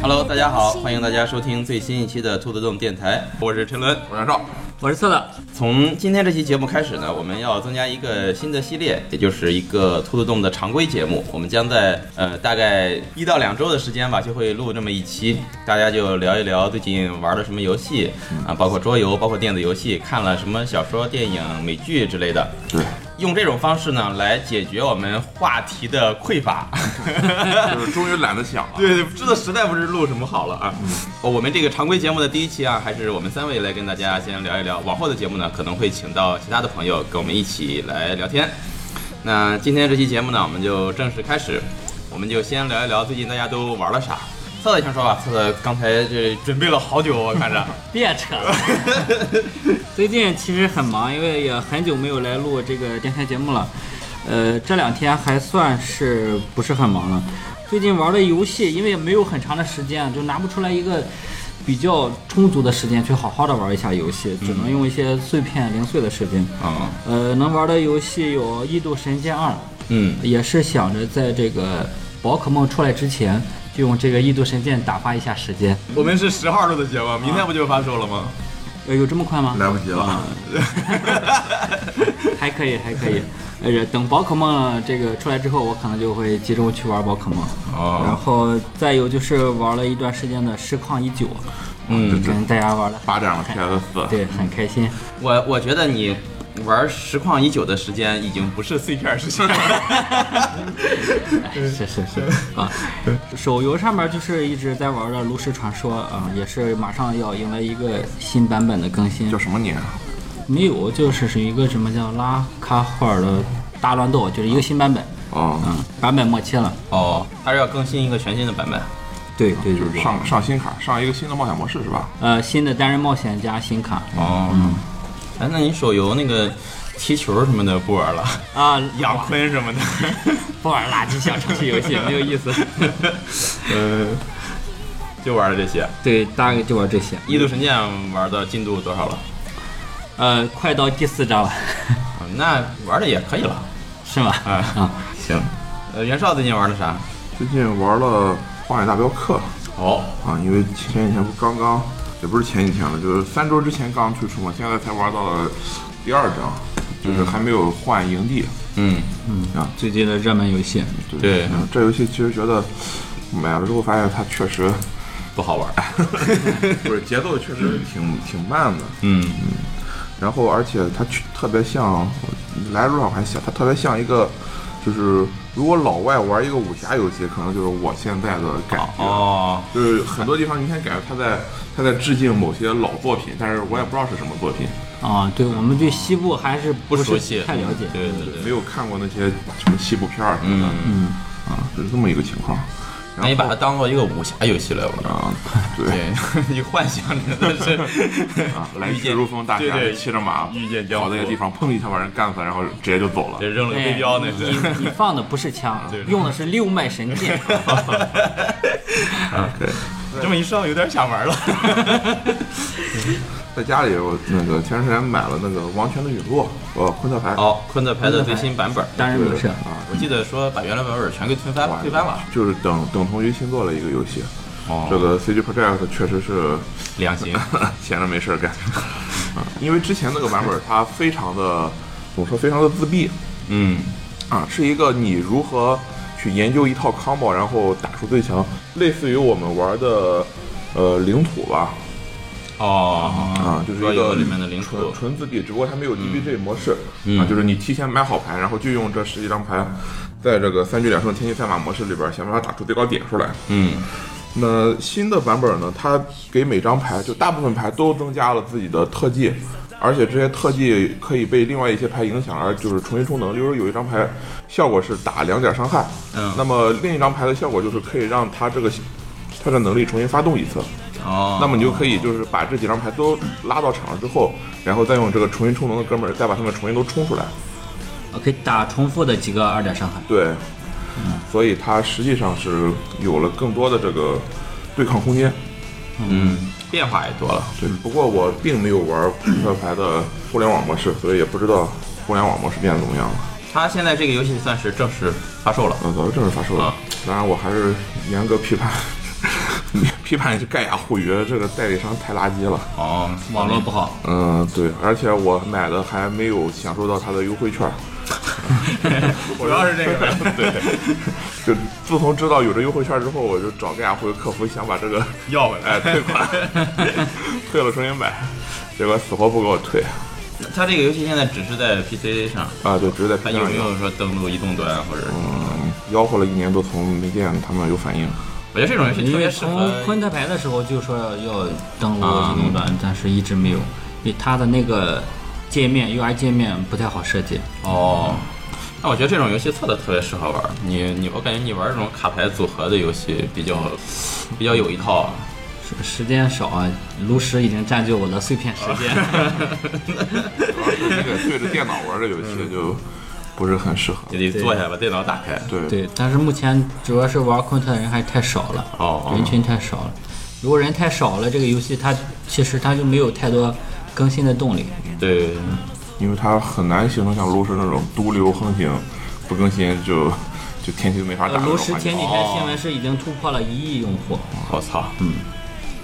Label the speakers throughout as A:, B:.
A: Hello，大家好，欢迎大家收听最新一期的兔子洞电台，我是陈伦。
B: 我让赵，
C: 我是次的，
A: 从今天这期节目开始呢，我们要增加一个新的系列，也就是一个兔子洞的常规节目。我们将在呃大概一到两周的时间吧，就会录这么一期，大家就聊一聊最近玩了什么游戏啊，包括桌游，包括电子游戏，看了什么小说、电影、美剧之类的。
B: 对，
A: 用这种方式呢，来解决我们话题的匮乏。
B: 就是终于懒得想了。
A: 对对，这个实在不是录什么好了啊。哦我们这个常规节目的第一期啊，还是我们三位来跟大家先聊一聊。往后的节目呢，可能会请到其他的朋友跟我们一起来聊天。那今天这期节目呢，我们就正式开始，我们就先聊一聊最近大家都玩了啥。策策先说吧，策策刚才这准备了好久，啊我看着。
C: 别扯了。最近其实很忙，因为也很久没有来录这个电台节目了。呃，这两天还算是不是很忙了。最近玩的游戏，因为也没有很长的时间，啊就拿不出来一个比较充足的时间去好好的玩一下游戏，只能用一些碎片零碎的时间。
A: 嗯
C: 呃，能玩的游戏有《异度神剑二》，
A: 嗯
C: 也是想着在这个宝可梦出来之前，就用这个《异度神剑》打发一下时间。
A: 我们是十号录的节目，明天不就发售了吗？
C: 呃，有这么快吗？
B: 来不 及了，
C: 还可以，还可以。呃，等宝可梦这个出来之后，我可能就会集中去玩宝可梦。然
A: 哦，
C: 后再有就是玩了一段时间的实况已久，
A: 嗯，
C: 跟大家玩了，
B: 霸占了 PS 四，
C: 对，很开心。
A: 我我觉得你玩实况已久的时间已经不是碎片时 间了。
C: 是是是啊，手游上面就是一直在玩的《炉石传说》啊，也是马上要迎来一个新版本的更新
B: 叫。什么年啊？
C: 没有，就是是一个什么叫拉卡霍尔的大乱斗，就是一个新版本，
B: 哦，
C: 嗯，版本末期了。
A: 哦，它是要更新一个全新的版本。
C: 对对
B: 就是
C: 对，
B: 上上新卡，上一个新的冒险模式是吧？
C: 呃，新的单人冒险加新卡
A: 哦，哎，那你手游那个踢球什么的不玩了，
C: 啊，
A: 养鲲什 么的，
C: 不玩垃圾小程序游戏，没有意思。
A: 呃，就玩了这些。
C: 对，大概就玩这些。
A: 异度神剑玩到进度多少了？
C: 呃，快到第四章了，
A: 啊那玩的也可以了。
C: 是吗？
A: 啊
C: 啊，
A: 行，呃，袁绍最近玩的啥？
B: 最近玩了《荒野大镖客》
A: 哦，
B: 啊，因为前几天不刚刚，也不是前几天了，就是三周之前刚推出嘛，现在才玩到了第二章，就是还没有换营地
A: 嗯，
B: 啊。
C: 最近的热门游戏，
B: 对
A: 对
B: 嗯这游戏其实觉得哎买了之后发现它确实
A: 不好玩。
B: 不是节奏确实挺挺慢的，
A: 嗯
B: 然后而且它去特别像，来路上我还想，它特别像一个，就是如果老外玩一个武侠游戏，可能就是我现在的感觉。
A: 哦，
B: 就是很多地方明显感觉他在他在致敬某些老作品，但是我也不知道是什么作品，
C: 啊，对，我们对西部还是
A: 不
C: 不
A: 熟
C: 是
A: 悉，嗯
C: 太了解。
A: 对对对
B: 没。有看过那些什么西部片儿什么的、
A: 嗯，
B: 啊，就是这么一个情况。
A: 那你把它当做一个武侠游戏来玩。
B: 啊， 对
A: 对，你幻想真的是
B: 啊，来
A: 遇
B: 去
A: 见
B: 如风大
A: 对
B: 侠
A: 对
B: 骑着马
A: 遇见江湖
B: 跑到一个地方，砰一下把人干死，然后直接就走了
A: 这。扔了
C: 对
A: 飞镖那是。
C: 你你放的不是枪啊
A: 对，
C: 用的是六脉神 剑。
B: 对，
A: 啊这么一说，有点想玩了。
B: 在家里我那个前段时间买了那个《王权的陨落》，呃，昆特牌。
A: 哦，坤子拍的最新版本，
C: 单人模
B: 对
C: 式
B: 啊，
A: 我记得说把原来版本全给推翻推翻了。
B: 就是等等同于新做了一个游戏。
A: 哦
B: 这个 CG Project 确实是
A: 良心。
B: 闲着没事儿干，啊，因为之前那个版本它非常的，怎么说，非常的自闭
A: 嗯，
B: 啊，是一个你如何去研究一套 combo，然后打出最强，类似于我们玩的呃领土吧，
A: 哦，
B: 啊，就是
A: 桌
B: 一
A: 游
B: 个
A: 里面的领
B: 纯
A: 土。
B: 纯自闭，只不过它没有 DBG 模式、
A: 嗯
B: 啊，就是你提前买好牌，然后就用这十几张牌，在这个三局两胜天际赛马模式里边想办法打出最高点出来。
A: 嗯，
B: 那新的版本呢，它给每张牌就大部分牌都增加了自己的特技，而且这些特技可以被另外一些牌影响，而就是重新充能。例如有一张牌效果是打两点伤害，
A: 嗯
B: 那么另一张牌的效果就是可以让它这个它的能力重新发动一次。
A: 哦
B: 那么你就可以就是把这几张牌都拉到场上之后，然后再用这个重新充能的哥们儿再把他们重新都冲出来。
C: 可以打重复的几个二点伤害。
B: 对，所以它实际上是有了更多的这个对抗空间。
A: 嗯，变化也多了。
B: 对，不过我并没有玩扑克牌的互联网模式，所以也不知道互联网模式变得怎么样了。
A: 它现在这个游戏算是正式发售了。
B: 呃，早就正式发售了
A: 啊。
B: 当然，我还是严格批判，批判去盖亚互娱这个代理商太垃圾了。
A: 哦，
C: 网络不好，
B: 嗯，对，而且我买的还没有享受到它的优惠券儿。
A: 主要是这个。
B: 对， 就自从知道有这优惠券之后，我就找盖亚互娱客服想把这个
A: 要回来
B: 哎退款， 退了重新买，结果死活不给我退。
A: 它这个游戏现在只是在 PC 上，
B: 啊，对，只是在
A: 它
B: P
A: 有
B: 站
A: 没有说登录移动端或者？
B: 嗯，吆喝了一年多，从没见他们有反应。
A: 我觉得这种游戏特
C: 因为
A: 别适
C: 从
A: 合
C: 昆特牌的时候就说要登录
A: 啊
C: 移动端，但是一直没有，因为它的那个界面 UI 界面不太好设计。
A: 哦。那我觉得这种游戏测的特别适合玩儿，你你我感觉你玩这种卡牌组合的游戏比较比较有一套，啊
C: 时时间少啊，炉石已经占据我的碎片时
B: 啊
C: 间。
B: 主要是那个对着电脑玩的游戏就不是很适合。
A: 你得坐下把电脑打开。
B: 对，
C: 对，但是目前主要是玩昆特的人还太少了，
B: 啊
A: 哦
C: 人群太少了。如果人太少了，这个游戏它其实它就没有太多更新的动力。
A: 对，
B: 因为它很难形成像炉石那种毒瘤横行，不更新就就天气就没法打
C: 呃，
B: 那
C: 炉
B: 种
C: 石
B: 环境。
C: 前几天新闻是已经突破了一亿用户，
B: 哦
A: 我操，嗯，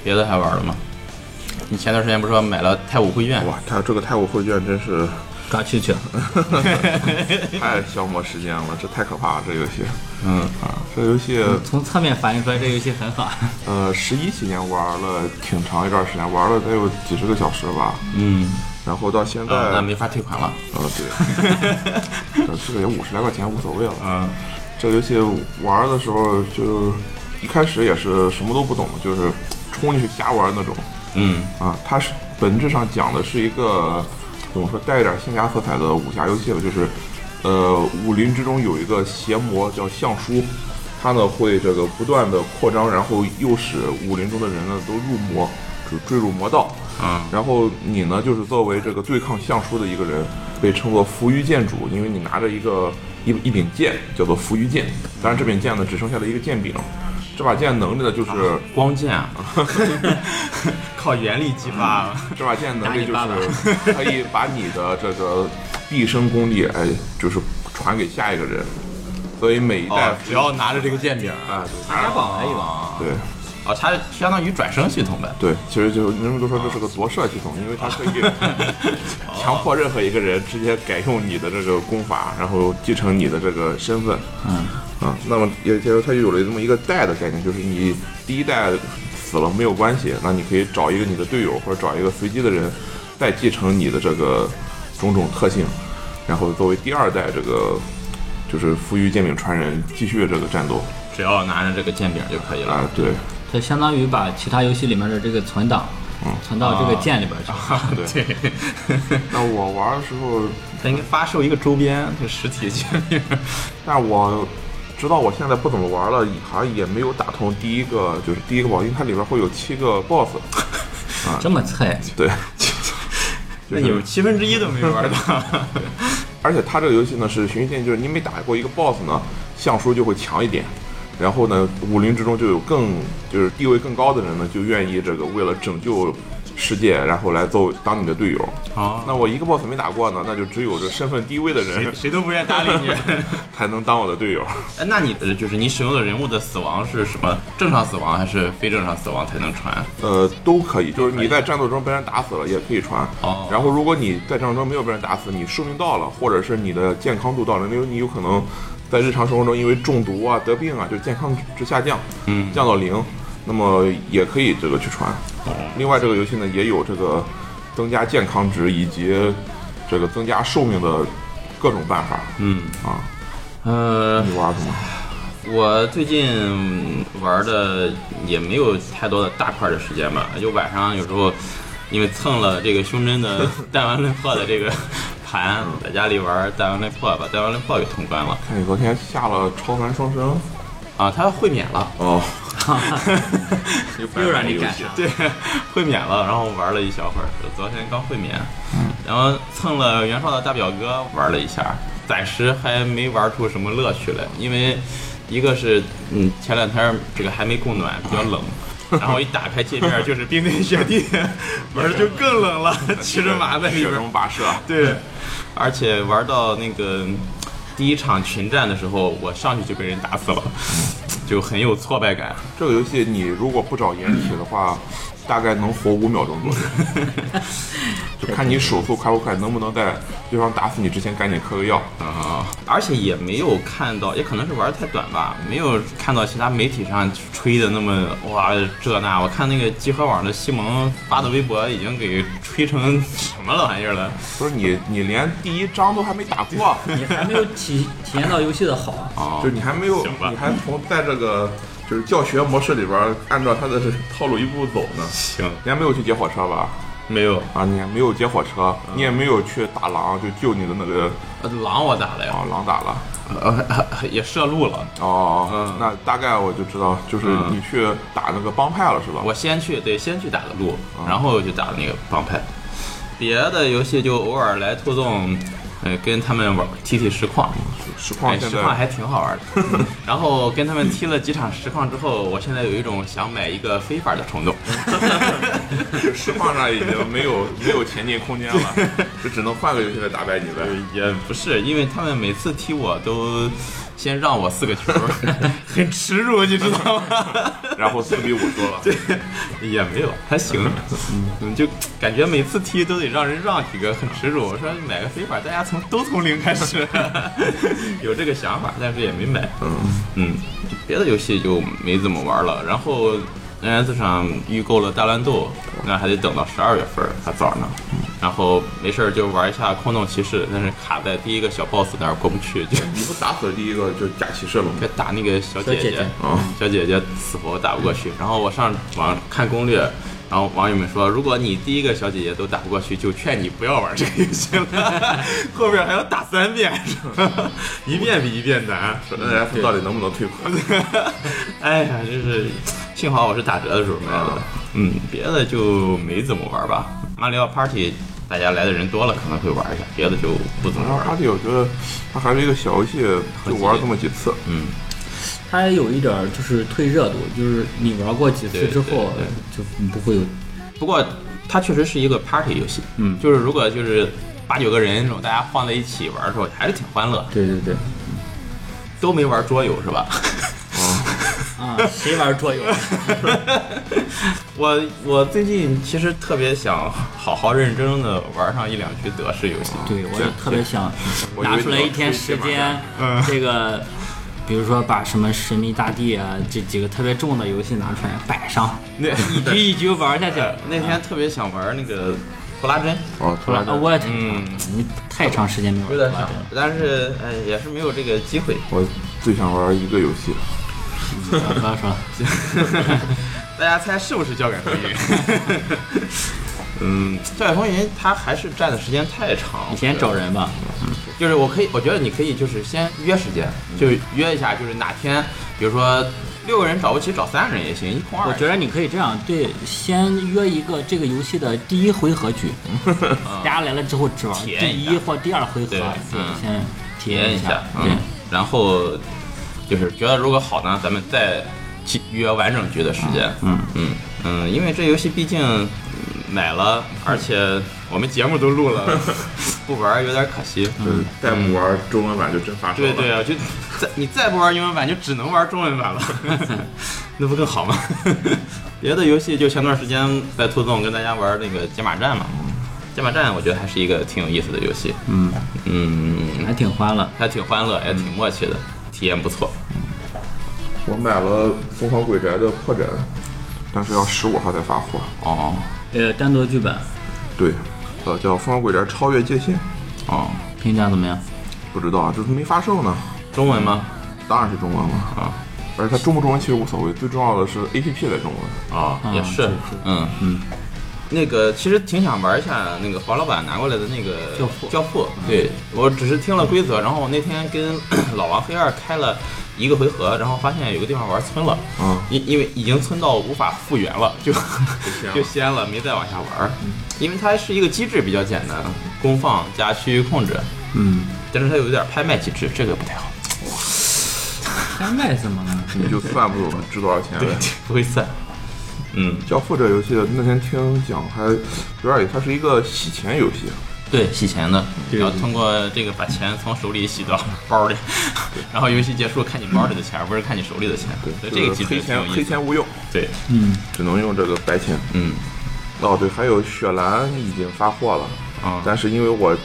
A: 别的还玩了吗？你前段时间不是说买了太武会卷？
B: 哇，它这个泰晤会卷真是
C: 抓蛐蛐。
B: 太消磨时间了，这太可怕了，这游戏
A: 嗯，
B: 啊，这游戏
C: 从侧面反映出来，这游戏 很好。
B: 呃，十一期间玩了挺长一段时间，玩了得有几十个小时吧，
A: 嗯，
B: 然后到现在，
A: 啊那
B: 呃，
A: 没法退款了。
B: 对， 呃这个也五十来块钱无所谓了，
A: 嗯，
B: 这游戏玩的时候就一开始也是什么都不懂，就是冲进去瞎玩那种
A: 嗯，
B: 啊。它是本质上讲的是一个怎么说带一点仙侠色彩的武侠游戏吧，就是呃武林之中有一个邪魔叫相书，他呢会这个不断的扩张，然后诱使武林中的人呢都入魔，就坠入魔道。
A: 啊，
B: 然后你呢，就是作为这个对抗相书的一个人，被称作扶余剑主，因为你拿着一个一一柄剑，叫做扶余剑。当然，这柄剑呢，只剩下了一个剑柄。这把剑能力呢，就是、
A: 光剑啊， 靠原力激发。
B: 这把剑能力就
C: 打你
B: 是可以把你的这个毕生功力，哎，就是传给下一个人。所以每一代
A: 哦，只要拿着这个剑柄，
B: 啊，
C: 打榜来一榜，
B: 对对
A: 哦，它相当于转生系统呗。
B: 对，其实就人们都说这是个夺舍系统，因为它可以强迫任何一个人直接改用你的这个功法，然后继承你的这个身份。
C: 嗯，
B: 啊，那么也就是它就有了这么一个代的概念，就是你第一代死了没有关系，那你可以找一个你的队友或者找一个随机的人，再继承你的这个种种特性，然后作为第二代这个就是扶余剑柄传人继续这个战斗
A: 只要拿着这个剑柄就可以了。
B: 啊，对
C: 就相当于把其他游戏里面的这个存档
B: 嗯，
C: 存到这个剑里边去。
B: 对。
A: 啊 对，
B: 那我玩的时候，
A: 它应该发售一个周边，就实体剑柄。
B: 但我直到我现在不怎么玩了，好像也没有打通第一个就是第一个宝，因为它里边会有七个 BOSS，
C: 这么菜，
B: 对。
A: 那你们七分之一都没玩到。
B: 而且它这个游戏呢是循序渐进，就是你每打过一个 BOSS 呢，相书就会强一点，然后呢，武林之中就有更就是地位更高的人呢，就愿意这个为了拯救世界，然后来做当你的队友。
A: 哦
B: 那我一个 BOSS 没打过呢，那就只有这身份低微的人
A: 谁谁都不愿意搭理 你。
B: 才能当我的队友。
A: 哎，那你的就是你使用的人物的死亡是什么？正常死亡还是非正常死亡才能传？
B: 呃，都可以，就是你在战斗中被人打死了也可以传。
A: 哦
B: 然后如果你在战斗中没有被人打死，你寿命到了，或者是你的健康度到了，因为你有可能在日常生活中因为中毒啊、得病啊，就健康值下降，
A: 嗯
B: 降到零，那么也可以这个去传。另外，这个游戏呢也有这个增加健康值以及这个增加寿命的各种办法
A: 嗯，
B: 啊。
A: 呃，
B: 你玩什么？
A: 我最近玩的也没有太多的大块的时间吧，就晚上有时候因为蹭了这个胸针的弹丸论破的这个 盘，在家里玩弹丸论破，把弹丸论破给通关了
B: 看你昨天下了超凡双生
A: 啊，它会免了。
B: 哦，
C: 操，又让你赶上
A: 对，会免了，然后玩了一小会儿，昨天刚会免，然后蹭了袁绍的大表哥玩了一下，暂时还没玩出什么乐趣来，因为一个是嗯前两天这个还没供暖，比较冷。然后一打开界面就是冰天雪地， 玩儿就更冷了， 骑着马在里
B: 雪
A: 边儿
B: 中跋涉，
A: 对，而且玩到那个第一场群战的时候，我上去就被人打死了，就很有挫败感。
B: 这个游戏你如果不找掩体的话，大概能活五秒钟左右，就看你手速快不快，能不能在对方打死你之前赶紧嗑个药。
A: 啊，而且也没有看到，也可能是玩的太短吧，没有看到其他媒体上吹的那么哇这那。我看那个集合网的西蒙发的微博已经给吹成什么了玩意儿了
B: 不是你，你连第一章都还没打 过，
C: 你还没有体体验到游戏的好啊。
A: 啊！
B: 就你还没有，
A: 行吧
B: 你还从在这个就是教学模式里边儿按照他的套路一步步走呢。
A: 行，
B: 你还没有去劫火车吧？
A: 没有
B: 啊，你还没有劫火车，
A: 嗯
B: 你也没有去打狼，就救你的那个
A: 呃狼我打了呀，
B: 啊狼打了。
A: 呃也射路了。
B: 哦，
A: 嗯
B: 那大概我就知道，就是
A: 嗯
B: 你去打那个帮派了是吧？
A: 我先去对，先去打的路，然后就打的那个帮派。别的游戏就偶尔来兔洞，呃，跟他们玩踢踢实况，
B: 实
A: 哎，
B: 况现
A: 实况
B: 在
A: 还挺好玩的。然后跟他们踢了几场实况之后，我现在有一种想买一个非法的冲动。
B: 实况上已经没有没有前进空间了，就只能换个游戏来打败你呗。
A: 也不是，因为他们每次踢我都先让我四个球，很耻辱，你知道吗？
B: 然后四比五输了，
A: 也没有，还行，嗯，就感觉每次踢都得让人让几个，很耻辱。我说买个飞板，大家从都从零开 始，有这个想法，但是也没买。嗯嗯，就别的游戏就没怎么玩了。然后 NS 上预购了大乱斗，那还得等到十二月份儿还早呢。然后没事儿就玩一下空洞骑士，但是卡在第一个小 boss 那儿过不去，就
B: 你不打死了第一个就是假骑士了吗？
A: 该打那个小姐
C: 小姐
A: 姐
C: 姐
B: 啊，
A: 小姐姐死活打不过去。然后我上网看攻略，然后网友们说，如果你第一个小姐姐都打不过去，就劝你不要玩这个游戏了， 后边还要打三遍，是吧一遍比一遍难。
B: 这 NF 到底能不能退款？
A: 哎呀，就是幸好我是打折的时候买的
B: 啊，
A: 嗯，别的就没怎么玩吧。马里奥 Party 大家来的人多了，可能会玩一下，别的就不怎么
B: 然后
A: 玩
B: 哈
A: 了。
B: 利，我觉得它还是一个小游戏，就玩这么几次。
A: 嗯，
C: 它有一点儿就是退热度，就是你玩过几
A: 对
C: 次之后
A: 对
C: 就不会有。
A: 不过它确实是一个 party 游戏，
C: 嗯
A: 就是如果就是八九个人这种大家放在一起玩的时候，还是挺欢乐。
C: 对对对。
A: 都没玩桌游是 吧？
C: 啊，谁玩桌游？
A: 我我最近其实特别想好好认真的玩上一两局德式游戏，
C: 对，我也特别想
B: 我以为
C: 拿出来
B: 你
C: 一
B: 要
C: 天
B: 出去
C: 时
B: 玩
C: 间，
A: 嗯
C: 这个，比如说把什么神秘大帝啊这几个特别重的游戏拿出来摆上，
A: 那
C: 一局一局玩下去。
A: 那天特别想玩那个拖拉针，
B: 哦，突
C: 后来
B: 然
C: 啊
B: 间
C: 我也挺
A: 嗯，
C: 你太长时间没玩
A: 有
C: 了
A: 点想，但是哎也是没有这个机会。
B: 我最想玩一个游戏，
C: 不要说了。
A: 大家猜是不是教改风云？ 嗯，教改风云它还是占的时间太长。
C: 你先找人吧，
A: 就是我可以，我觉得你可以就是先约时间，就约一下，就是哪天，比如说六个人找不齐，找三个人也行，一空二。
C: 我觉得你可以这样，对，先约一个这个游戏的第一回 合局，大家来了之后只玩
A: 体
C: 第
A: 验一下
C: 一或第二回合，
A: 对嗯
C: 先
A: 体
C: 体
A: 验
C: 验
A: 一
C: 一
A: 下
C: 下，，
A: 嗯，然后就是觉得如果好呢，咱们再去约完整局的时间。
C: 嗯
A: 嗯嗯，因为这游戏毕竟嗯买了，而且我们节目都录 了，不玩儿有点可惜。
C: 嗯
B: 就是弹幕嗯玩中文版就真发烧
A: 对
B: 了。
A: 对啊，就再你再不玩英文版，就只能玩中文版了， 那不更好 吗？别的游戏就前段时间在兔总跟大家玩那个解码战嘛，解码战我觉得还是一个挺有意思的游戏，
C: 嗯，
A: 嗯，
C: 还挺欢乐。
A: 还挺欢乐，也挺默契的，体验不错。
B: 我买了疯狂鬼宅的破枕，但是要十五号才发货。
A: 哦
C: 呃，单独剧本
B: 对，呃，叫《疯狂鬼宅超越界限》，
A: 哦，
C: 评价怎么样？
B: 不知道啊，就是没发售呢。
A: 中文吗？
B: 当然是中文了，
A: 啊
B: 而且它中不中文其实无所谓，最重要的是 A P P 在中文。
A: 啊哦，也是
C: 对，
A: 嗯嗯，那个其实挺想玩一下那个黄老板拿过来的那个
C: 教父
A: 教父，对我只是听了规则，然后我那天跟老王黑二开了一个回合，然后发现有个地方玩村了，
B: 嗯，
A: 因因为已经村到无法复原了，就
B: 先了
A: 就掀了，没再往下玩儿，因为它是一个机制比较简单，功放加区域控制，
C: 嗯，
A: 但是它有点拍卖机制，这个不太好，
C: 拍卖怎么了？
B: 你就算不准值多少钱呗。
A: 不会算，嗯，
B: 教父这游戏那天听讲还有点，它是一个洗钱游戏，
A: 对，洗钱的，
C: 对
A: 要
C: 对
A: 通过这个把钱从手里洗到包里， 然后游戏结束看你包里的钱，不是看你手里的钱。所以这个
B: 就是
A: 机
B: 黑
A: 制挺有
B: 钱
A: 意思
B: 黑
A: 的。
B: 钱无用，
A: 对，
C: 嗯，
B: 只能用这个白钱。
A: 嗯，
B: 哦，对，还有雪兰已经发货了，
A: 啊
B: 但是因为我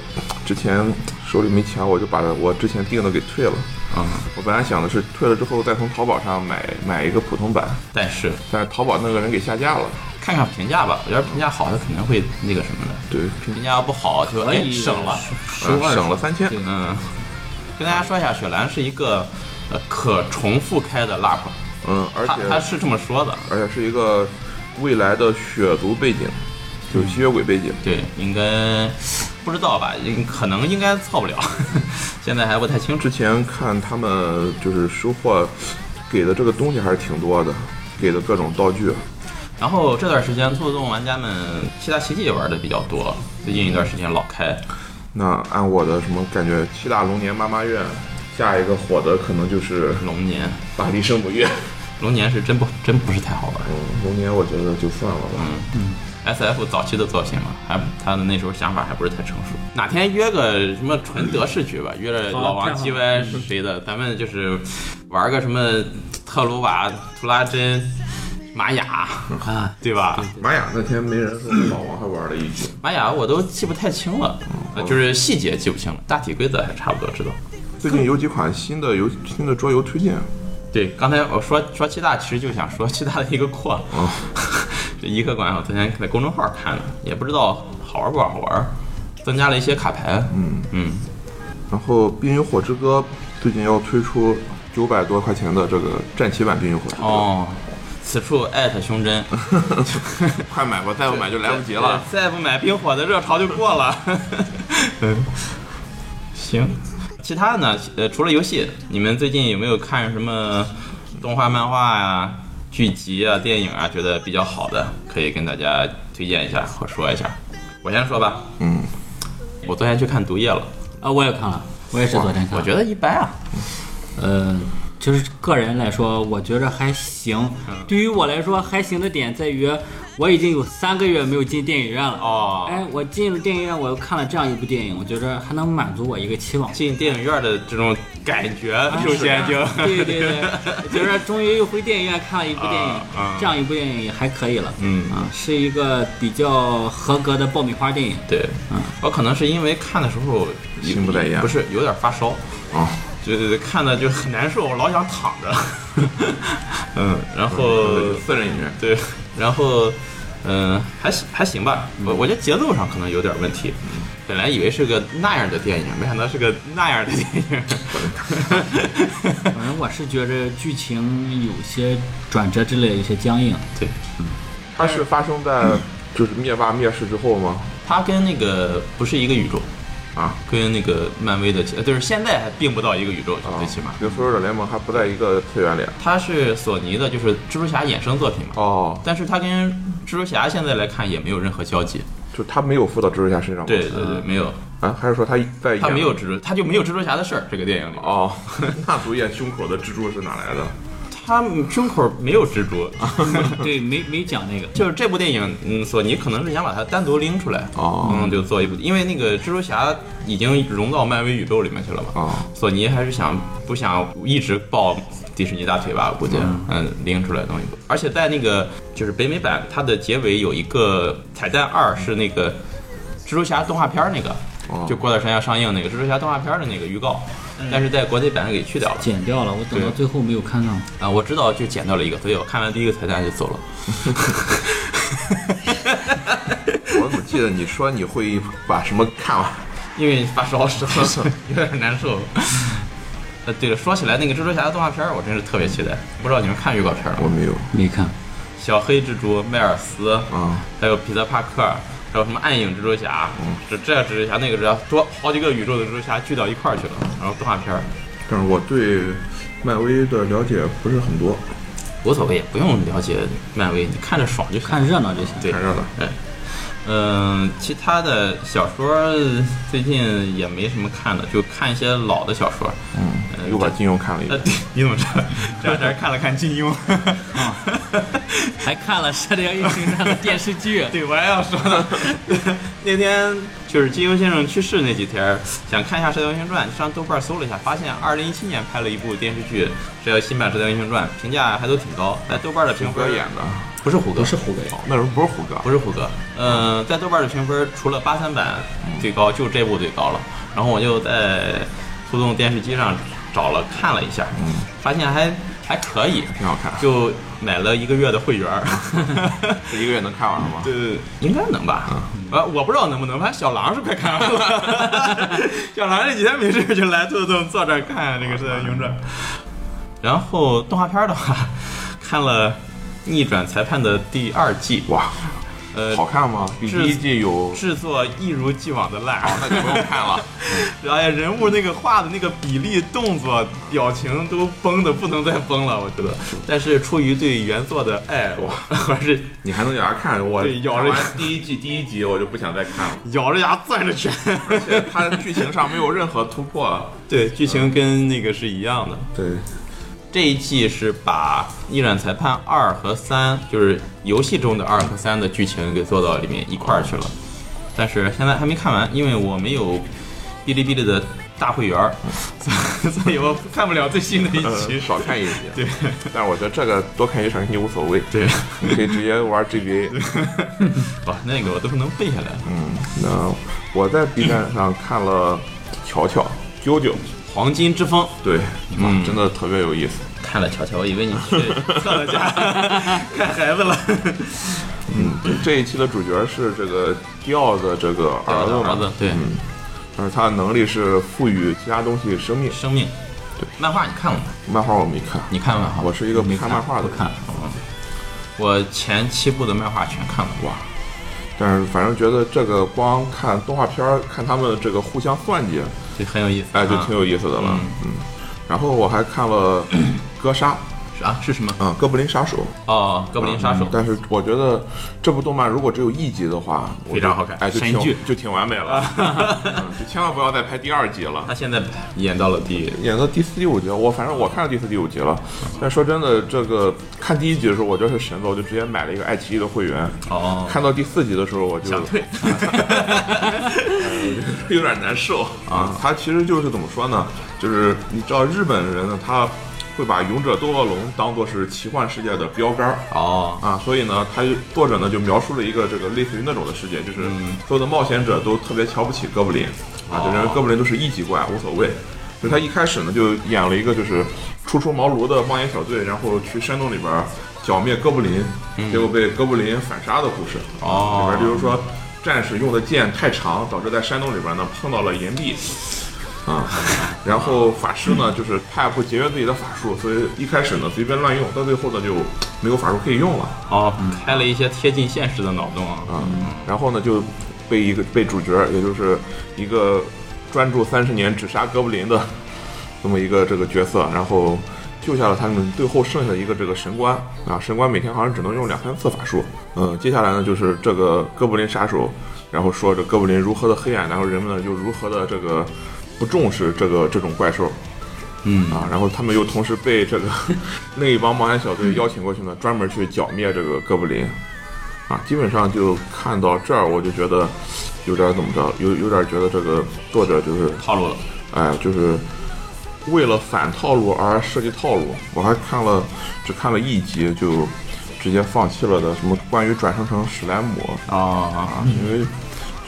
B: 之前手里没钱，我就把我之前订的给退了。
A: 啊，
B: 我本来想的是退了之后再从淘宝上买买一个普通版，
A: 但是
B: 但是淘宝那个人给下架了。
A: 看看评价吧，我觉得评价好，它肯定会那个什么的；
B: 对，
A: 评价不好就
C: 可
A: 哎
C: 以
A: 省了。
B: 呃省了三千。
C: 对
A: 嗯，跟大家说一下，雪兰是一个呃可重复开的 LARP，
B: 嗯，而
A: 他他
B: 且
A: 是这么说的。
B: 而且是一个未来的血族背景，就是吸血鬼背景。
A: 对，应该不知道吧？应可能应该凑不了， 现在还不太清楚
B: 之。前看他们就是收获给的这个东西还是挺多的，给的各种道具。
A: 然后这段时间兔子洞玩家们七大奇迹玩的比较多，最近一段时间老开，
B: 那按我的什么感觉，七大龙年妈妈月，下一个火的可能就是
A: 龙年，
B: 巴黎圣母月。
A: 龙年是真不真不是太好玩。
B: 嗯，龙年我觉得就算了吧。
A: S F 早期的作品嘛，还他的那时候想法还不是太成熟。哪天约个什么纯德式局吧，约着老王 G Y 是谁的，咱们就是玩个什么特鲁瓦、图拉真、玛雅，
C: 啊，
A: 对吧？
B: 玛雅那天没 人说，老王还玩了一局。
A: 玛雅我都记不太清了，呃就是细节记不清了，大体规则还差不多知道。
B: 最近有几款新的游新的桌游推荐，
A: 对，刚才我说说七大，其实就想说七大的一个扩， 这一客馆我昨天在公众号看的，也不知道好玩不好玩，增加了一些卡牌，嗯嗯，
B: 然后《冰与火之歌》最近要推出九百多块钱的这个战旗版《冰与火之歌》，
A: 哦，此处艾特胸针，
B: 快买吧，再不买就来不及了。
A: 再不买冰火的热潮就过了。嗯， 行，其他呢？呃，除了游戏，你们最近有没有看什么动画、漫画呀、剧集啊、电影啊，觉得比较好的，可以跟大家推荐一下或说一下？我先说吧，
B: 嗯，
A: 我昨天去看《毒液》了，
C: 啊，我也看了，我也是昨天看。
A: 我觉得一般啊。
C: 呃，就是个人来说，我觉着还行。
A: 嗯
C: 对于我来说，还行的点在于，我已经有三个月没有进电影院了。
A: 哦
C: 哎，我进了电影院，我又看了这样一部电影，我觉着还能满足我一个期望。
A: 进电影院的这种感觉，
C: 啊
A: 首先
C: 是
A: 就
C: 的对对对，觉着终于又回电影院看了一部电影
A: 啊啊，
C: 这样一部电影也还可以了。
A: 嗯
C: 啊，是一个比较合格的爆米花电影。
A: 对
C: 嗯，
A: 我可能是因为看的时候
B: 心不在焉
A: 不是有点发烧，
B: 啊，
A: 对对对，看的就很难受，我老想躺着。 嗯，然后
B: 呃，私人影院，
A: 对，然后嗯、还行还行吧，我我觉得节奏上可能有点问题。本来以为是个那样的电影，没想到是个那样的电影。
C: 反正我是觉着剧情有些转折之类有些僵 硬。
A: 对，
B: 它是发生在就是灭霸灭世之后吗？
A: 它跟那个不是一个宇宙，
B: 啊，
A: 跟那个漫威的，呃就是现在还并不到一个宇宙，
B: 啊
A: 最起码。
B: 跟复仇者联盟还不在一个次元里。
A: 它是索尼的，就是蜘蛛侠衍生作品嘛。
B: 哦，
A: 但是它跟蜘蛛侠现在来看也没有任何交集。
B: 就他没有附到蜘蛛侠身上吗？
A: 对对对，没有，
B: 啊，还是说他在
A: 他
B: 演
A: 没有蜘蛛，他就没有蜘蛛侠的事儿。这个电影里，
B: 哦，那主演胸口的蜘蛛是哪来的？
A: 他胸口没有蜘蛛，
C: 对，没没讲那个。
A: 就是这部电影，嗯，索尼可能是想把它单独拎出来，
B: 哦
A: 嗯，就做一部，因为那个蜘蛛侠已经融到漫威宇宙里面去了嘛。
B: 哦
A: 索尼还是想不想一直抱迪士尼大腿吧？我估计，嗯拎出来弄一部。而且在那个就是北美版，它的结尾有一个彩蛋二，是那个蜘蛛侠动画片儿那个，
B: 哦
A: 就过段时间要上映那个蜘蛛侠动画片儿的那个预告，但是在国内版给去掉了。
C: 剪掉了，我等到
A: 对
C: 最后没有看到。
A: 啊，我知道就捡到了一个，所以我看完第一个彩蛋就走了。
B: 我怎么记得你说你会把什么看完？
A: 因为发烧实在是 有点难受。呃，对了，说起来那个蜘蛛侠的动画片儿，我真是特别期待，不知道你们看预告片儿了吗？
B: 我没有，
C: 没看，
A: 小黑蜘蛛、迈尔斯，
B: 啊，
A: 还有彼得·帕克，还有什么暗影蜘蛛侠，这这蜘蛛侠那个蜘蛛侠，多好几个宇宙的蜘蛛侠聚到一块儿去了，然后动画片儿
B: 但是我对漫威的了解不是很多，
A: 无所谓，不用了解漫威，你看着爽就行。
C: 看热闹就行。
A: 对
B: 看热闹。
A: 哎，嗯，其他的小说呃最近也没什么看的，就看一些老的小说。
B: 嗯，又把金庸看了一
A: 呃
B: 遍，，
A: 对你怎么知道？这两天看了看金庸。，
C: 还看了《射雕英雄传》的电视剧
A: 对，我还要说呢。 那天就是金庸先生去世那几天儿，想看一下《射雕英雄传》，上豆瓣搜了一下，发现二零一七年拍了一部电视剧，这叫新版《射雕英雄传》，评价还都挺高，在豆瓣的评
B: 胡歌
A: 分
B: 演的，
A: 不是胡歌，
C: 胡歌演的。
B: 啊那时候不是啊胡歌，
A: 不是胡歌，嗯、在豆瓣的评分除了八三版最高，就这部最高了。然后我就在互动电视机上找了看了一下，发现还还可以，
B: 挺好看。啊
A: 就买了一个月的会员儿。
B: 这一个月能看完吗？
A: 对对，对，应该能吧？啊，我不知道能不能，反正小狼是快看完了。小狼这几天没事就来坐坐坐这儿看这个《射雕英雄传》，然后动画片儿的话，看了《逆转裁判》的第二季，
B: 哇，
A: 呃，
B: 好看吗？比
A: 这
B: 第一季有，
A: 制作一如既往的烂，
B: 哦那就不 用看了。
A: 然后呀，人物那个画的那个比例、动作、表情都崩的不能再崩了，我觉得。但是出于对原作的爱，我 还是
B: 你还能咬牙看？我
A: 对咬着
B: 看完第一季第一集，我就不想再看 了。
A: 咬着牙攥 着拳。
B: 而且它剧情上没有任何突破。啊
A: 对，剧情跟那个是一样的。
B: 对，
A: 这一季是把《逆转裁判二》和三，就是游戏中的二和三的剧情给做到里面一块儿去了，但是现在还没看完，因为我没有哔哩哔哩的大会员儿， 所以所以我看不了最新的一
B: 呃，
A: 期。
B: 少看一集。
A: 对
B: 但是我觉得这个多看一场你无所谓，
A: 对，
B: 你可以直接玩 GBA。
A: 哇，那个我都能背下来。
B: 嗯，那我在 B 站上看了乔乔、啾啾，
A: 黄金之风
B: 对，
A: 嗯
B: 哇真的特别有意思。
A: 看了瞧瞧，我以为你去上了家 看孩子了。
B: 这一期的主角是这个迪奥的这个儿子嘛，啊
A: 儿子，对，
B: 嗯但是他的能力是赋予其他东西生命。
A: 生命，
B: 对，
A: 漫画你看了吗？
B: 漫画我没看，
A: 你看漫画？
B: 我是一个不
A: 没
B: 看漫画的
A: 不看。嗯，我前七部的漫画全看了。
B: 哇！但是反正觉得这个光看动画片儿，看他们这个互相算计，
A: 就很有意思。
B: 哎，就
A: 啊
B: 挺有意思的了
A: 嗯。
B: 嗯，然后我还看了 《哥杀》，
A: 是啊，是什么？
B: 嗯，《哥布林杀手》。
A: 哦，哥布林杀手
B: 嗯。但是我觉得这部动漫如果只有一集的话，我
A: 非
B: 就
A: 常好看
B: 哎，就
A: 神剧
B: 挺就挺完 美了，嗯就千万不要再拍第二集了
A: 他。现在演到了第
B: 演到第四、第五集，我反正我看到第四、第五集了。但说真的，这个看第一集的时候，我觉得是神作，我就直接买了一个爱奇艺的会员。
A: 哦，
B: 看到第四集的时候，我就哎
A: 想 退。
B: 有点难受
A: 嗯
B: 啊。它其实就是怎么说呢？就是你知道日本人呢，他会把《勇者斗恶龙》当做是奇幻世界的标杆儿。
A: 哦，
B: 啊，所以呢，他就作者呢就描述了一个这个类似于那种的世界，就是所有的冒险者都特别瞧不起哥布林，啊，就认为哥布林都是一级怪，无所谓。所以他一开始呢就演了一个就是初出茅庐的冒险小队，然后去山洞里边儿剿灭哥布林，结果被哥布林反杀的故事。啊
A: 哦
B: 里边儿就是说战士用的剑太长，导致在山洞里边儿呢碰到了岩壁。啊，然后法师呢，就是他也不节约自己的法术，所以一开始呢随便乱用，到最后呢就没有法术可以用了。
A: 哦，开了一些贴近现实的脑洞啊。
B: 啊，然后呢就被一个被主角，也就是一个专注三十年只杀哥布林的这么一个这个角色，然后救下了他们最后剩下的一个这个神官啊，神官每天好像只能用两三次法术。嗯，接下来呢就是这个哥布林杀手，然后说这哥布林如何的黑暗，然后人们呢就如何的这个不重视这个这种怪兽。
A: 嗯
B: 啊，然后他们又同时被这个 另一帮冒险小队邀请过去呢，专门去剿灭这个哥布林。啊，基本上就看到这儿，我就觉得有点怎么着，有有点觉得这个作者就是，
A: 套路了。
B: 哎，就是为了反套路而设计套路。我还看了，只看了一集就直接放弃了的，什么关于转生成史莱姆啊
A: 哦，，
B: 因为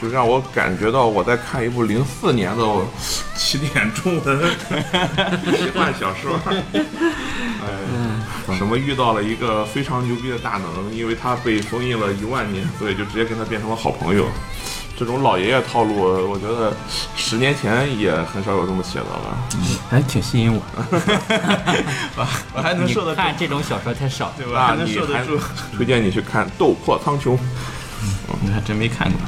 B: 就让我感觉到我在看一部零四年的我起点中文奇幻小说。哎，什么遇到了一个非常牛逼的大能，因为他被封印了一万年，所以就直接跟他变成了好朋友。这种老爷爷套路，我觉得十年前也很少有这么写的了。
A: 还挺吸引我，我我还能
C: 哎你
A: 受得住，
C: 看这种小说太少，
A: 对吧？
B: 那
A: 还能
B: 你
A: 受得
B: 还
A: 住。
B: 推荐你去看《斗破苍穹》，
A: 你还真没看过。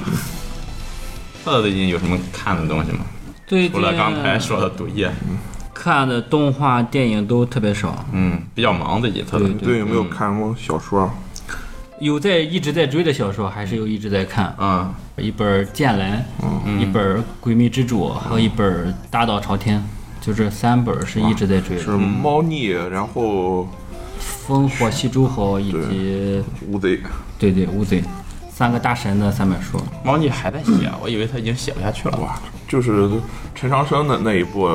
A: 豆豆最近有什么看的东西吗？
C: 最
A: 除
C: 近
A: 了刚才说的《毒液》，
C: 看的动画电影都特别少，
A: 嗯，比较忙最近。特别
C: 对
B: 你最近有没有看过小说？
C: 有在一直在追的小说，还是有一直在看，啊
A: 嗯，
C: 一本《剑兰》，一本《鬼灭之主》，还有一本《大道朝天》，就这三本是一直在追
B: 是
C: 的，《
B: 猫腻，然后
C: 烽火戏诸侯》以及
B: 乌贼。
C: 对对乌贼三个大神的三本书。
A: 猫腻还在写啊，我以为他已经写不下去了。
B: 哇，就是陈长生的那一部，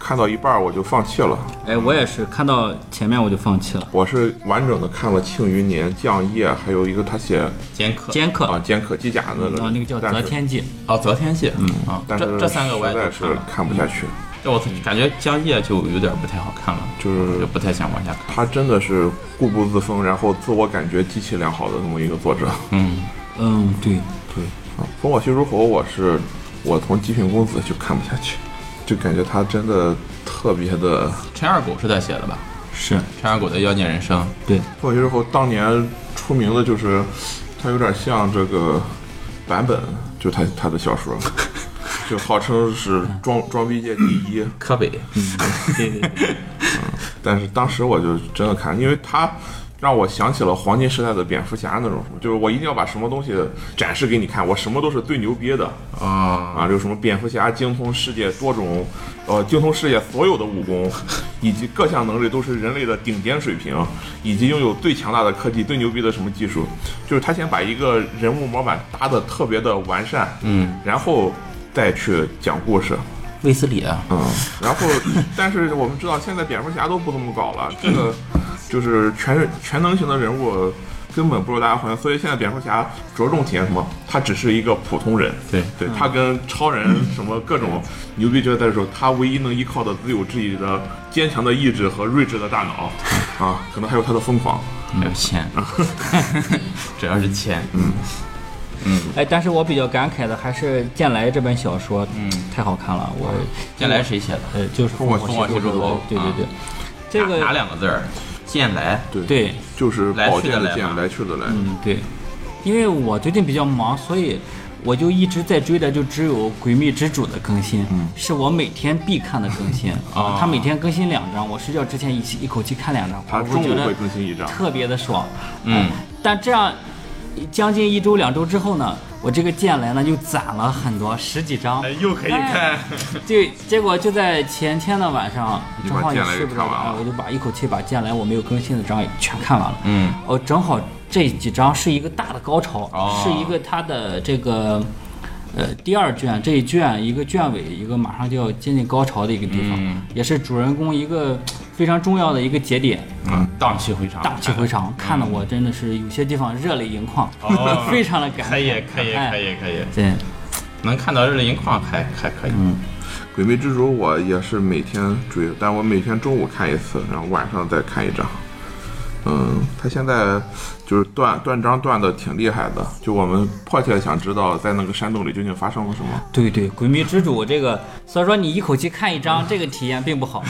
B: 看到一半儿我就放弃了。
C: 哎，我也是看到前面我就放弃了。
B: 我是完整的看了《庆余年》《将夜》，还有一个他写
A: 剑客
C: 剑客
B: 啊
C: 啊，
B: 《尖可机甲》的
A: 啊
C: 那个叫
B: 但
C: 择
B: 是
C: 天记，
A: 哦，择天记，嗯啊，
B: 但
A: 这
B: 是
A: 这三个我也
B: 实
A: 都
B: 在
A: 看
B: 是
A: 了，嗯
B: 看不下去，
A: 但我感觉江夜就有点不太好看了，
B: 就是
A: 就不太想往下看。
B: 他真的是固步自封，然后自我感觉极其良好的这么一个作者。
A: 嗯，
C: 嗯，对，
B: 对，啊，《烽火戏诸侯》我是我从《极品公子》就看不下去，就感觉他真的特别的。《
A: 陈二狗是他写的吧？
C: 是
A: 陈二狗的《妖孽人生》，
C: 对，
B: 烽火戏诸侯》当年出名的就是，他有点像这个版本，就他他的小说。就号称是装装逼界第一，
A: 柯北，
B: 嗯
C: 对对对，
B: 但是当时我就真的看，因为他让我想起了黄金时代的蝙蝠侠那种，就是我一定要把什么东西展示给你看，我什么都是最牛逼的
A: 啊，
B: 啊！就什么蝙蝠侠精通世界多种，呃，精通世界所有的武功，以及各项能力都是人类的顶尖水平，以及拥有最强大的科技、最牛逼的什么技术，就是他先把一个人物模板搭的特别的完善，
A: 嗯，
B: 然后再去讲故事。
A: 卫斯理啊，
B: 嗯，然后，但是我们知道现在蝙蝠侠都不这么搞了，这个就是全全能型的人物根本不受大家欢迎，所以现在蝙蝠侠着重体现什么？他只是一个普通人，
A: 对
B: 对他跟超人什么各种牛逼角色的时候，他唯一能依靠的只有自己的坚强的意志和睿智的大脑， 啊，可能还有他的疯狂。
A: 还有钱，
B: 嗯
A: 主要是钱，
C: 哎，但是我比较感慨的还是《剑来》这本小说，嗯，太好看了，我
A: 剑来谁写的？
B: 嗯
C: 呃就是
B: 烽火
A: 烽火戏诸侯
C: 对对对
A: 啊，
C: 这
A: 哪哪
C: 个
A: 两个字儿？剑来，
B: 对，
C: 对，
B: 就是
A: 来
B: 宝
A: 去
B: 剑
A: 的
B: 的
A: 来
B: 剑，
A: 嘛
B: 来去的来。
C: 嗯对，因为我最近比较忙，所以。我就一直在追的，就只有《鬼灭之主》的更新，
B: 嗯
C: 是我每天必看的 更新
A: 啊
B: 哦
C: 啊。他每天更新两章，我睡觉之前一起一口气看两章，
B: 他
C: 我
B: 中
C: 觉
B: 午
C: 得
B: 会更新一章，
C: 特别的爽。
A: 嗯，
C: 但这样将近一周两周之后呢，我这个剑来呢又攒了很多十几张，
A: 哎
B: 哎
C: 哎
A: 又可以看，
B: 嗯
C: 对，结果就在前天的晚上，
B: 你
C: 正
B: 把
C: 好也
B: 剑来
C: 睡
B: 给
C: 不
B: 看
C: 着
B: 完
C: 觉
B: 了，
C: 我就把一口气把剑来我没有更新的章也全看完了。
A: 嗯，
C: 哦，正好这几章是一个大的高潮，
A: 哦
C: 是一个它的这个。呃，第二卷这一卷一个卷尾，一个马上就要接近高潮的一个地方，
A: 嗯
C: 也是主人公一个非常重要的一个节点。
A: 嗯，荡气回肠，
C: 大气回肠，看得我真的是有些地方热泪盈眶，
A: 嗯哦
C: 非常的感
A: 可以，可以，
C: 哎
A: 可以，可以，
C: 对，
A: 能看到日泪盈眶，还还可以。
B: 嗯《鬼灭之主》我也是每天追，但我每天中午看一次，然后晚上再看一章。嗯，他现在就是断断章断的挺厉害的，就我们迫切地想知道在那个山洞里究竟发生了什么。
C: 对对，《鬼灭之主》这个，所以说你一口气看一章，这个体验并不 好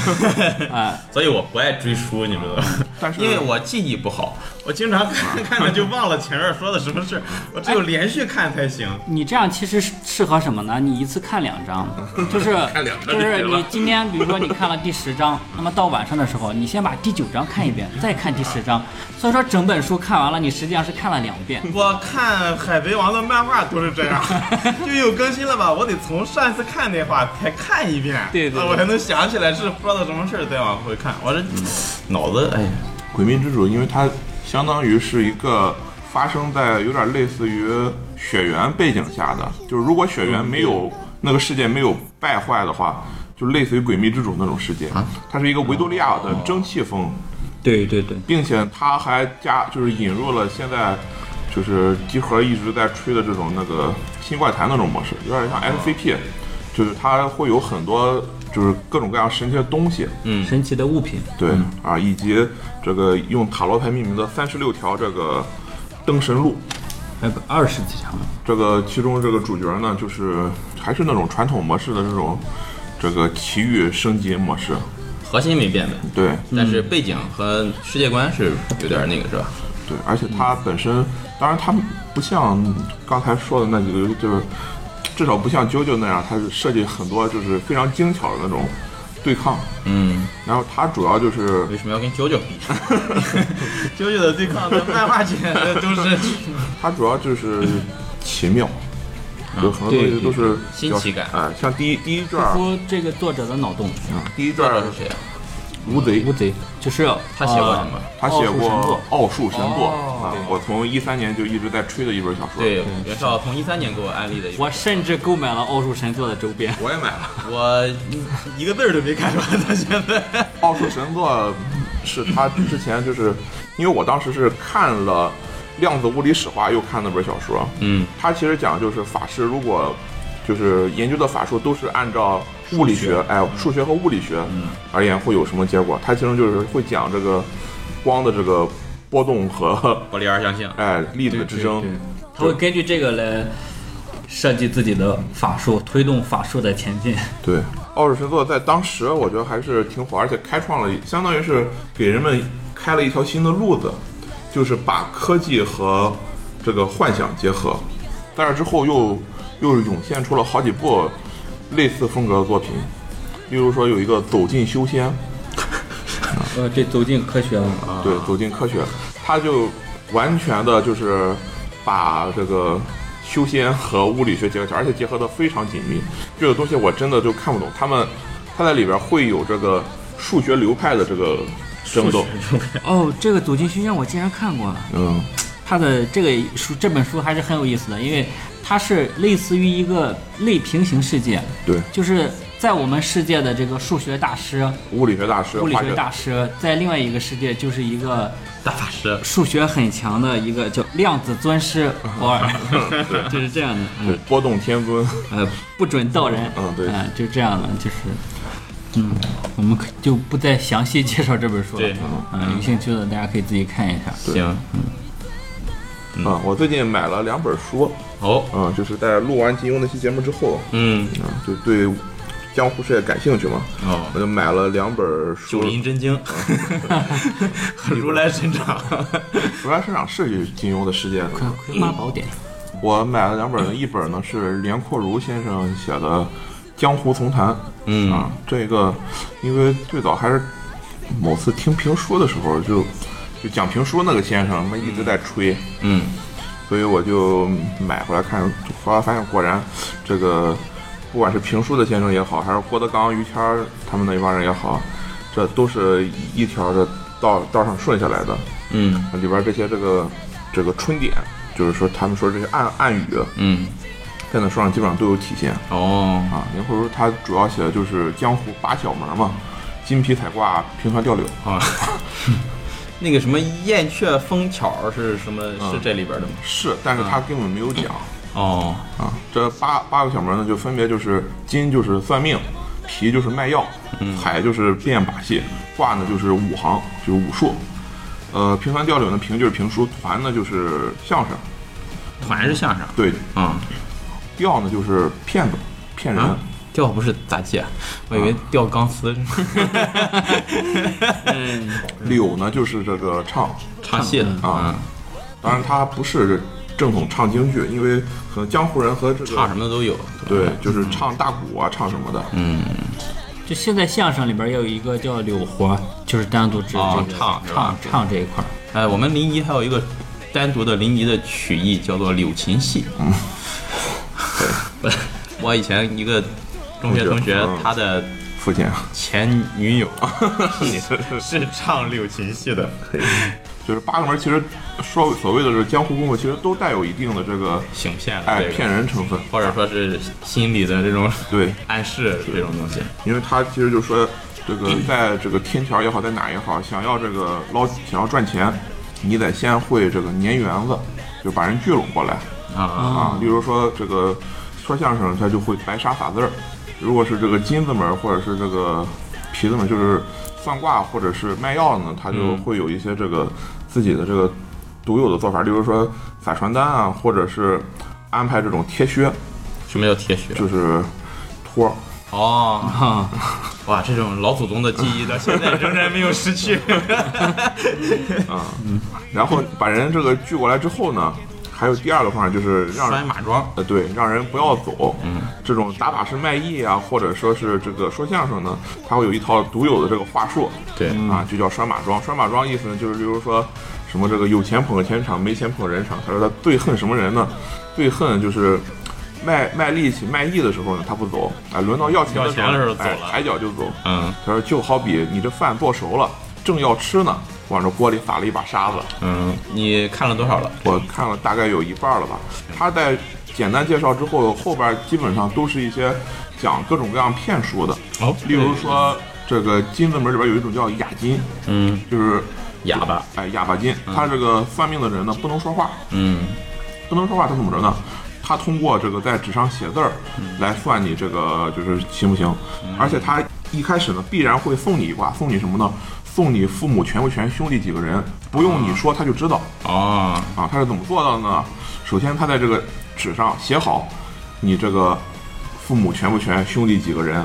C: 啊。
A: 所以我不爱追书，你知道吗？
B: 但是
A: 因为我记忆不好，啊我经常看看着就忘了前面说的什么事儿，我只有连续看才行。
C: 你这样其实是适合什么呢？你一次看两 章，就是
A: 看两章
C: 就
A: 就行
C: 是
A: 了
C: 你今天比如说你看了第十 章，那么到晚上的时候，你先把第九章看一遍，再看第十章。所以说整本书看完了，你实际上是看了两遍。
A: 我看海贼王的漫画都是这 样，就有更新了吧？我得从上一次看那话才看一遍，
C: 对对
A: 啊我才能想起来是说的什么事儿，再往回看。我这脑子哎呀，
B: 《鬼灭之主》，因为它相当于是一个发生在有点类似于雪原背景下的，就是如果雪原没有那个世界没有败坏的话，就类似于《鬼灭之主》那种世界。它是一个维多利亚的蒸汽风。
C: 对对对，
B: 并且他还加就是引入了现在就是集合一直在吹的这种那个新怪谈那种模式，有点像 SCP，就是它会有很多就是各种各样神奇的东西，
C: 神奇的物品，
B: 对啊，以及这个用塔罗牌命名的三十六条这个灯神路，
C: 呃，不二十几场吧。
B: 这个其中这个主角呢，就是还是那种传统模式的这种这个奇遇升级模式，
A: 核心没变呗，
B: 对
A: 但是背景和世界观是有点那个是吧？
B: 对，而且它本身，当然它不像刚才说的那几个，就是至少不像啾啾那样，它是设计很多就是非常精巧的那种对抗，
A: 嗯，
B: 然后它主要就是
A: 为什么要跟九 九比？九九的对抗跟漫画界的都是
B: 它主要就是奇妙，有很多东
C: 对
B: 西都是
A: 嗯新
B: 比较
A: 奇感嗯
B: 哎，像第一第一卷儿，
C: 说这个作者的脑洞，
B: 第一卷儿
A: 是谁啊？
B: 乌贼
C: 乌，
A: 嗯
C: 贼就是
A: 他写
C: 呃
A: 过什么？？
B: 他写过
C: 奥
B: 《奥术神作》
A: 哦
B: 啊，我从一三年就一直在吹的一本小说。
A: 对，袁绍从一三年给我安利的一
C: 呃我甚至购买了奥术神作的周边。
B: 我也买了
A: 我一个字儿都没看完 到现在。
B: 《奥术神作》，是他之前就是，因为我当时是看了《量子物理史话》，又看那本小说。
A: 嗯，
B: 他其实讲就是法师如果就是研究的法术都是按照物理学，嗯哎，数学和物理学而言会有什么结果？他其中就是会讲这个光的这个波动和
A: 玻璃二象性，
B: 哎粒子之争。
C: 他会根据这个来设计自己的法术，推动法术的前进。
B: 对，奥氏神作在当时我觉得还是挺火，而且开创了，相当于是给人们开了一条新的路子，就是把科技和这个幻想结合。但是之后又又涌现出了好几部类似风格的作品，例如说有一个《走进修仙》，
C: 呃，这走进科学了。啊
B: 对，《走进科学》，它就完全的就是把这个。修仙和物理学结合起来，而且结合的非常紧密。这个东西我真的就看不懂。他们他在里边会有这个数学流派的这个争斗，
C: 哦，这个走进修仙我竟然看过，
B: 嗯，
C: 他的这个书这本书还是很有意思的，因为它是类似于一个类平行世界，
B: 对，
C: 就是在我们世界的这个数学大师、
B: 物理学大师，
C: 物理
B: 化
C: 学大师，在另外一个世界就是一个
A: 大法师，
C: 数学很强的一个叫量子尊师偶 尔，就是这样的。
B: 对
C: 嗯，
B: 波动天尊，
C: 呃，不准道人。
B: 嗯对
C: 呃就这样的，就是，嗯，我们可就不再详细介绍这本书了。
A: 对
C: 嗯，有兴趣的大家可以自己看一下。
A: 行，
B: 嗯，我最近买了两本书，
A: 哦，
B: 嗯，就是在录完金庸那期节目之后，
A: 嗯，
B: 嗯，就对江湖事业感兴趣嘛，
A: 哦
B: 我，就买了两本
A: 九
B: 书，
A: 阴真 经，如来神掌，
B: 主要市场是金庸的世界的，
C: 葵葵花宝典，
B: 我买了两本呢，一本呢是连阔如先生写的《江湖丛谈》，
A: 嗯
B: 啊，这个因为最早还是某次听评书的时候就就讲评书那个先生，他妈一直在吹，
A: 嗯，
B: 所以我就买回来看，后来发现果然这个不管是评书的先生也好，还是郭德纲、于谦儿他们那一帮人也好，这都是一条的道道上顺下来的，
A: 嗯，
B: 里边这些这个这个春点，就是说他们说这些暗暗语。
A: 嗯，
B: 在那书上基本上都有体现
A: 哦，
B: 啊。您或者说他主要写的就是江湖八小门嘛，金皮彩挂、平川吊柳。
A: 啊， 那个什么燕雀风巧是什么？是这里边的吗？
B: 是，但是他根本没有讲
A: 哦，
B: 啊。这八八个小门呢，就分别就是金就是算命，皮就是卖药，彩就是变把戏，挂呢就是武行，就是武术。呃，平川吊柳呢，平就是评书，团呢就是相声，
A: 团是相声，
B: 对，
A: 嗯，
B: 吊呢就是骗子，骗人。
A: 啊吊不是杂技，啊我以为吊钢丝，
B: 柳呢就是这个唱，
A: 唱戏的
B: 啊，当然他不是正统唱京剧，因为可能江湖人和这个
A: 唱什么的都有，
B: 对，就是唱大鼓啊，唱什么的。
A: 嗯，
C: 就现在相声里边也有一个叫柳活，就是单独指这个、
A: 哦唱是吧
C: 唱唱这一块儿。
A: 哎，我们临沂还有一个单独的临沂的曲艺叫做柳琴戏。嗯， 我以前一个中学同学
B: 同学嗯，
A: 他的
B: 父亲啊，
A: 前女 友是是唱柳琴戏的，
B: 就是八个门，其实说所谓的这个江湖功夫，其实都带有一定的这个
A: 行骗了，
B: 哎
A: 这个
B: 骗，人成分。
A: 或者说是心理的这种
B: 对，
A: 暗示这种东西。
B: 因为他其实就说这 个在这个天桥也好，在哪也好，想要这个捞想要赚钱，你得先会这个粘园子，就把人聚拢过来。
A: 啊，
B: 啊，例如说这个说相声，他就会白沙撒字儿；如果是这个金字门儿或者是这个皮字门儿，就是算卦或者是卖药呢，他就会有一些这个自己的这个独有的做法，例如说撒传单啊，或者是安排这种贴靴，
A: 什么叫贴血？
B: 就是托儿。
A: 哦，
C: 啊，
A: 哇，这种老祖宗的记忆到现在仍然没有失去。
B: 然后把人这个聚过来之后呢，还有第二个方法就是 让
A: 摔
B: 人
A: 马桩，
B: 呃对，让人不要走。嗯，这种打把式卖艺啊，或者说是这个说相声呢，它会有一套独有的这个话术。
A: 对
B: 啊，就叫拴马桩。拴马桩意思呢，就是例如说什么这个有钱捧钱场，没钱捧人场。他说他最恨什么人呢？最恨就是卖卖力气卖艺的时候呢，他不走啊，轮到要钱的时候，
A: 要钱的时候走
B: 哎
A: 了
B: 抬脚就走。
A: 嗯
B: 他说就好比你这饭做熟了，正要吃呢，往这锅里撒了一把沙子。
A: 嗯，你看了多少了？
B: 我看了大概有一半了吧。他在简单介绍之后，后边基本上都是一些讲各种各样骗术的，
A: 哦，
B: 例如，说这个金字门里边有一种叫哑金，
A: 嗯，
B: 就是
A: 哑巴，
B: 哎，哑巴金，他这个算命的人呢不能说话，
A: 嗯，
B: 不能说话，他怎么着呢？他通过这个在纸上写字儿
A: 嗯
B: 来算你这个就是行不行，而且他一开始呢必然会送你一卦，送你什么呢？送你父母全不全，兄弟几个人，不用你说他就知道
A: 哦，
B: 啊。他是怎么做到的呢？首先他在这个纸上写好你这个父母全不全，兄弟几个人，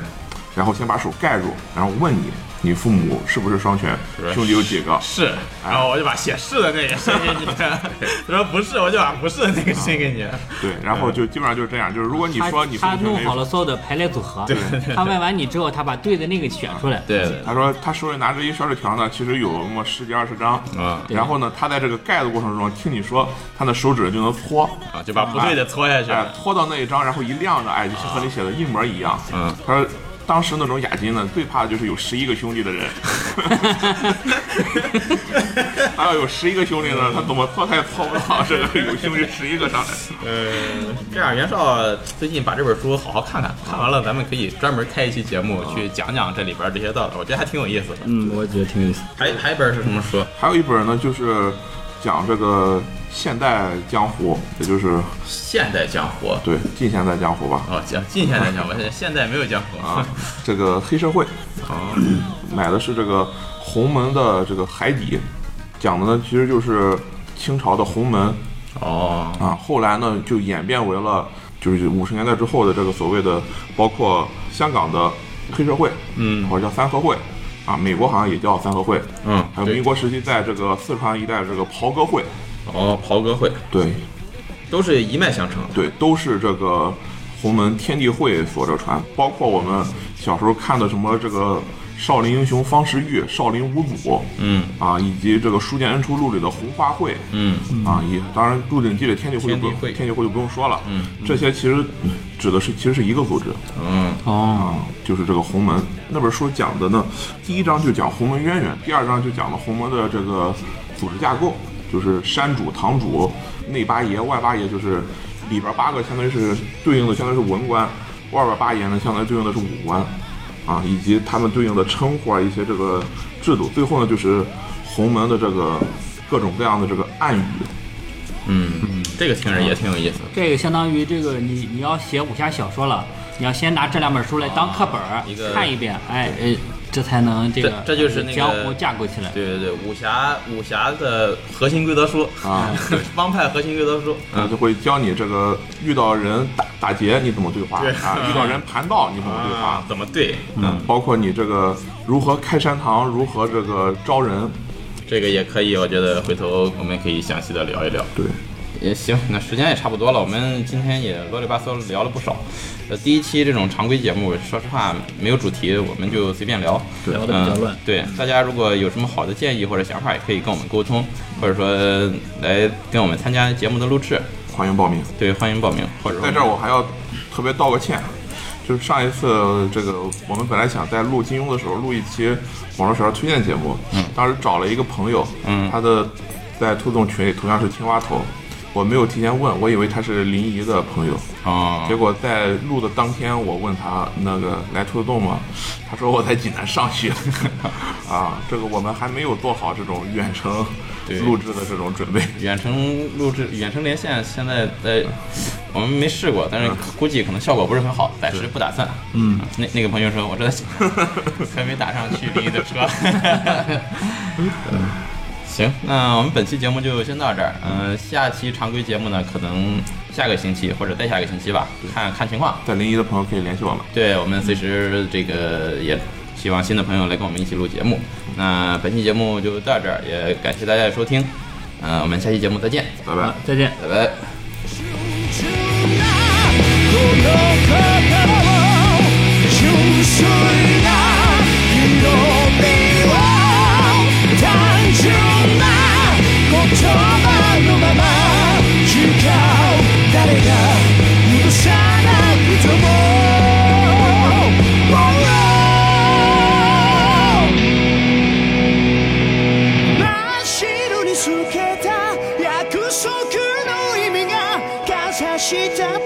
B: 然后先把手盖住，然后问你你父母是不是双全，兄弟有几个？
A: 是，然后我就把写是的那 个献给你，他说不是，我就把不是的那个献给你。
B: 对，然后就基本上就是这样，就是如果你
C: 他
B: 说你父母
C: 他
B: 全
C: 弄
B: 没有
C: 好了所有的排列组合，
A: 对
C: 他问完你之后，他把对的那个选出来，
A: 对对，
B: 他说他手里拿着一小纸条呢，其实有那么十几二十张。
A: 啊
B: 然后呢，他在这个盖的过程中，听你说，他的手指就能搓，
A: 啊，就把不对的搓下去
B: 哎
A: 了，。
B: 搓到那一张，然后一亮着，哎，就和你写的一模一样。
A: 嗯，
B: 他说当时那种雅金呢，最怕的就是有十一个兄弟的人， 他要有十一个兄弟呢，他怎么搓他也搓不到这个有兄弟十一个上来。
A: 呃，这样袁绍最近把这本书好好看看，看完了咱们可以专门开一期节目去讲讲这里边这些道理，我觉得还挺有意思的。
C: 嗯，我觉得挺有意思。
A: 还还有一本是什么书？
B: 还有一本呢，就是讲这个现代江湖，也就是
A: 现代江湖。
B: 对近现代江湖吧。
A: 哦，讲近现代 江湖，现在现在没有江湖
B: 啊， 这个黑社会
A: 嗯
B: 嗯
A: 哦，
B: 买的是这个洪门的这个海底，讲的呢其实就是清朝的洪门
A: 哦，
B: 啊，后来呢就演变为了就是五十年代之后的这个所谓的包括香港的黑社会，
A: 嗯
B: 或者叫三合会。啊，美国好像也叫三合会，啊
A: 嗯
B: 还有
A: 对
B: 民国时期在这个四川一带这个袍哥会，
A: 哦，袍哥会
B: 对
A: 都是一脉相承。
B: 对，都是这个洪门天地会所这传，包括我们小时候看的什么这个少林英雄方世玉、少林五祖，
A: 嗯
B: 啊，以及这个《书剑恩仇录》里的红花会，
A: 嗯，
B: 啊，也当然《鹿鼎记》里天地会就不
A: 天地会
B: 天地会就不用说了，嗯，这些其实指的是其实是一个组织
A: 嗯，
C: 哦，
B: 啊，就是这个洪门那本书讲的呢，第一章就讲洪门渊源，第二章就讲了洪门的这个组织架构，就是山主、堂主、内八爷、外八爷，就是里边八个相当于是对应的相当于是文官，外边八爷呢相当于对应的是武官，啊，以及他们对应的称呼啊，一些这个制度。最后呢，就是洪门的这个各种各样的这个暗语，
A: 嗯这个听着也挺有意思。
C: 这个相当于这个你你要写武侠小说了，你要先拿这两本书来当课本儿
A: 啊一个
C: 看一遍，哎，哎这才能这个呃
A: 这这就是那个
C: 江湖架构起来。
A: 对对对，武侠武侠的核心规则书
B: 啊，
A: 帮派核心规则书。
B: 他啊就会教你这个遇到人打打劫你怎么对话
A: 对
B: 啊，遇到人盘道你怎么对话。
A: 啊，怎么对？
B: 嗯，包括你这个如何开山堂，如何这个招人，
A: 这个也可以，我觉得回头我们可以详细的聊一聊。
B: 对，
A: 也行，那时间也差不多了，我们今天也啰里吧嗦聊了不少。呃，第一期这种常规节目，说实话没有主题，我们就随便聊，
B: 对
C: 聊得比较
A: 嗯
C: 乱
A: 对，大家如果有什么好的建议或者想法，也可以跟我们沟通，或者说来跟我们参加节目的录制。
B: 欢迎报名。
A: 对，欢迎报名，或者说
B: 在这儿我还要特别道个歉，啊就是上一次这个我们本来想在录金庸的时候录一期网络小说推荐节目，嗯，当时找了一个朋友，
A: 嗯
B: 他的在兔洞群里同样是青蛙头，我没有提前问，我以为他是临沂的朋友，
A: 啊
B: 结，果在录的当天，我问他那个来兔子洞吗？他说我在济南上学。 啊，这个我们还没有做好这种远程
A: 对
B: 录制的这种准备。
A: 远程录制、远程连线，现在呃，我们没试过，但是估计可能效果不是很好，暂时不打算。嗯，那那个朋友说，我这 还没打上去临沂的车。行，那我们本期节目就先到这儿。嗯、下期常规节目呢，可能下个星期或者再下个星期吧，看看情况。
B: 在临沂的朋友可以联系我们。
A: 对我们随时这个也希望新的朋友来跟我们一起录节目。那本期节目就到这儿，也感谢大家的收听。嗯、我们下期节目再见，
B: 拜拜。
C: 再见。
A: 拜拜。
D: 「この方を純粋な広みを」「単純な言葉のまま」「違う誰が許さなくとも」真っ白に透けた約束の意味がかざした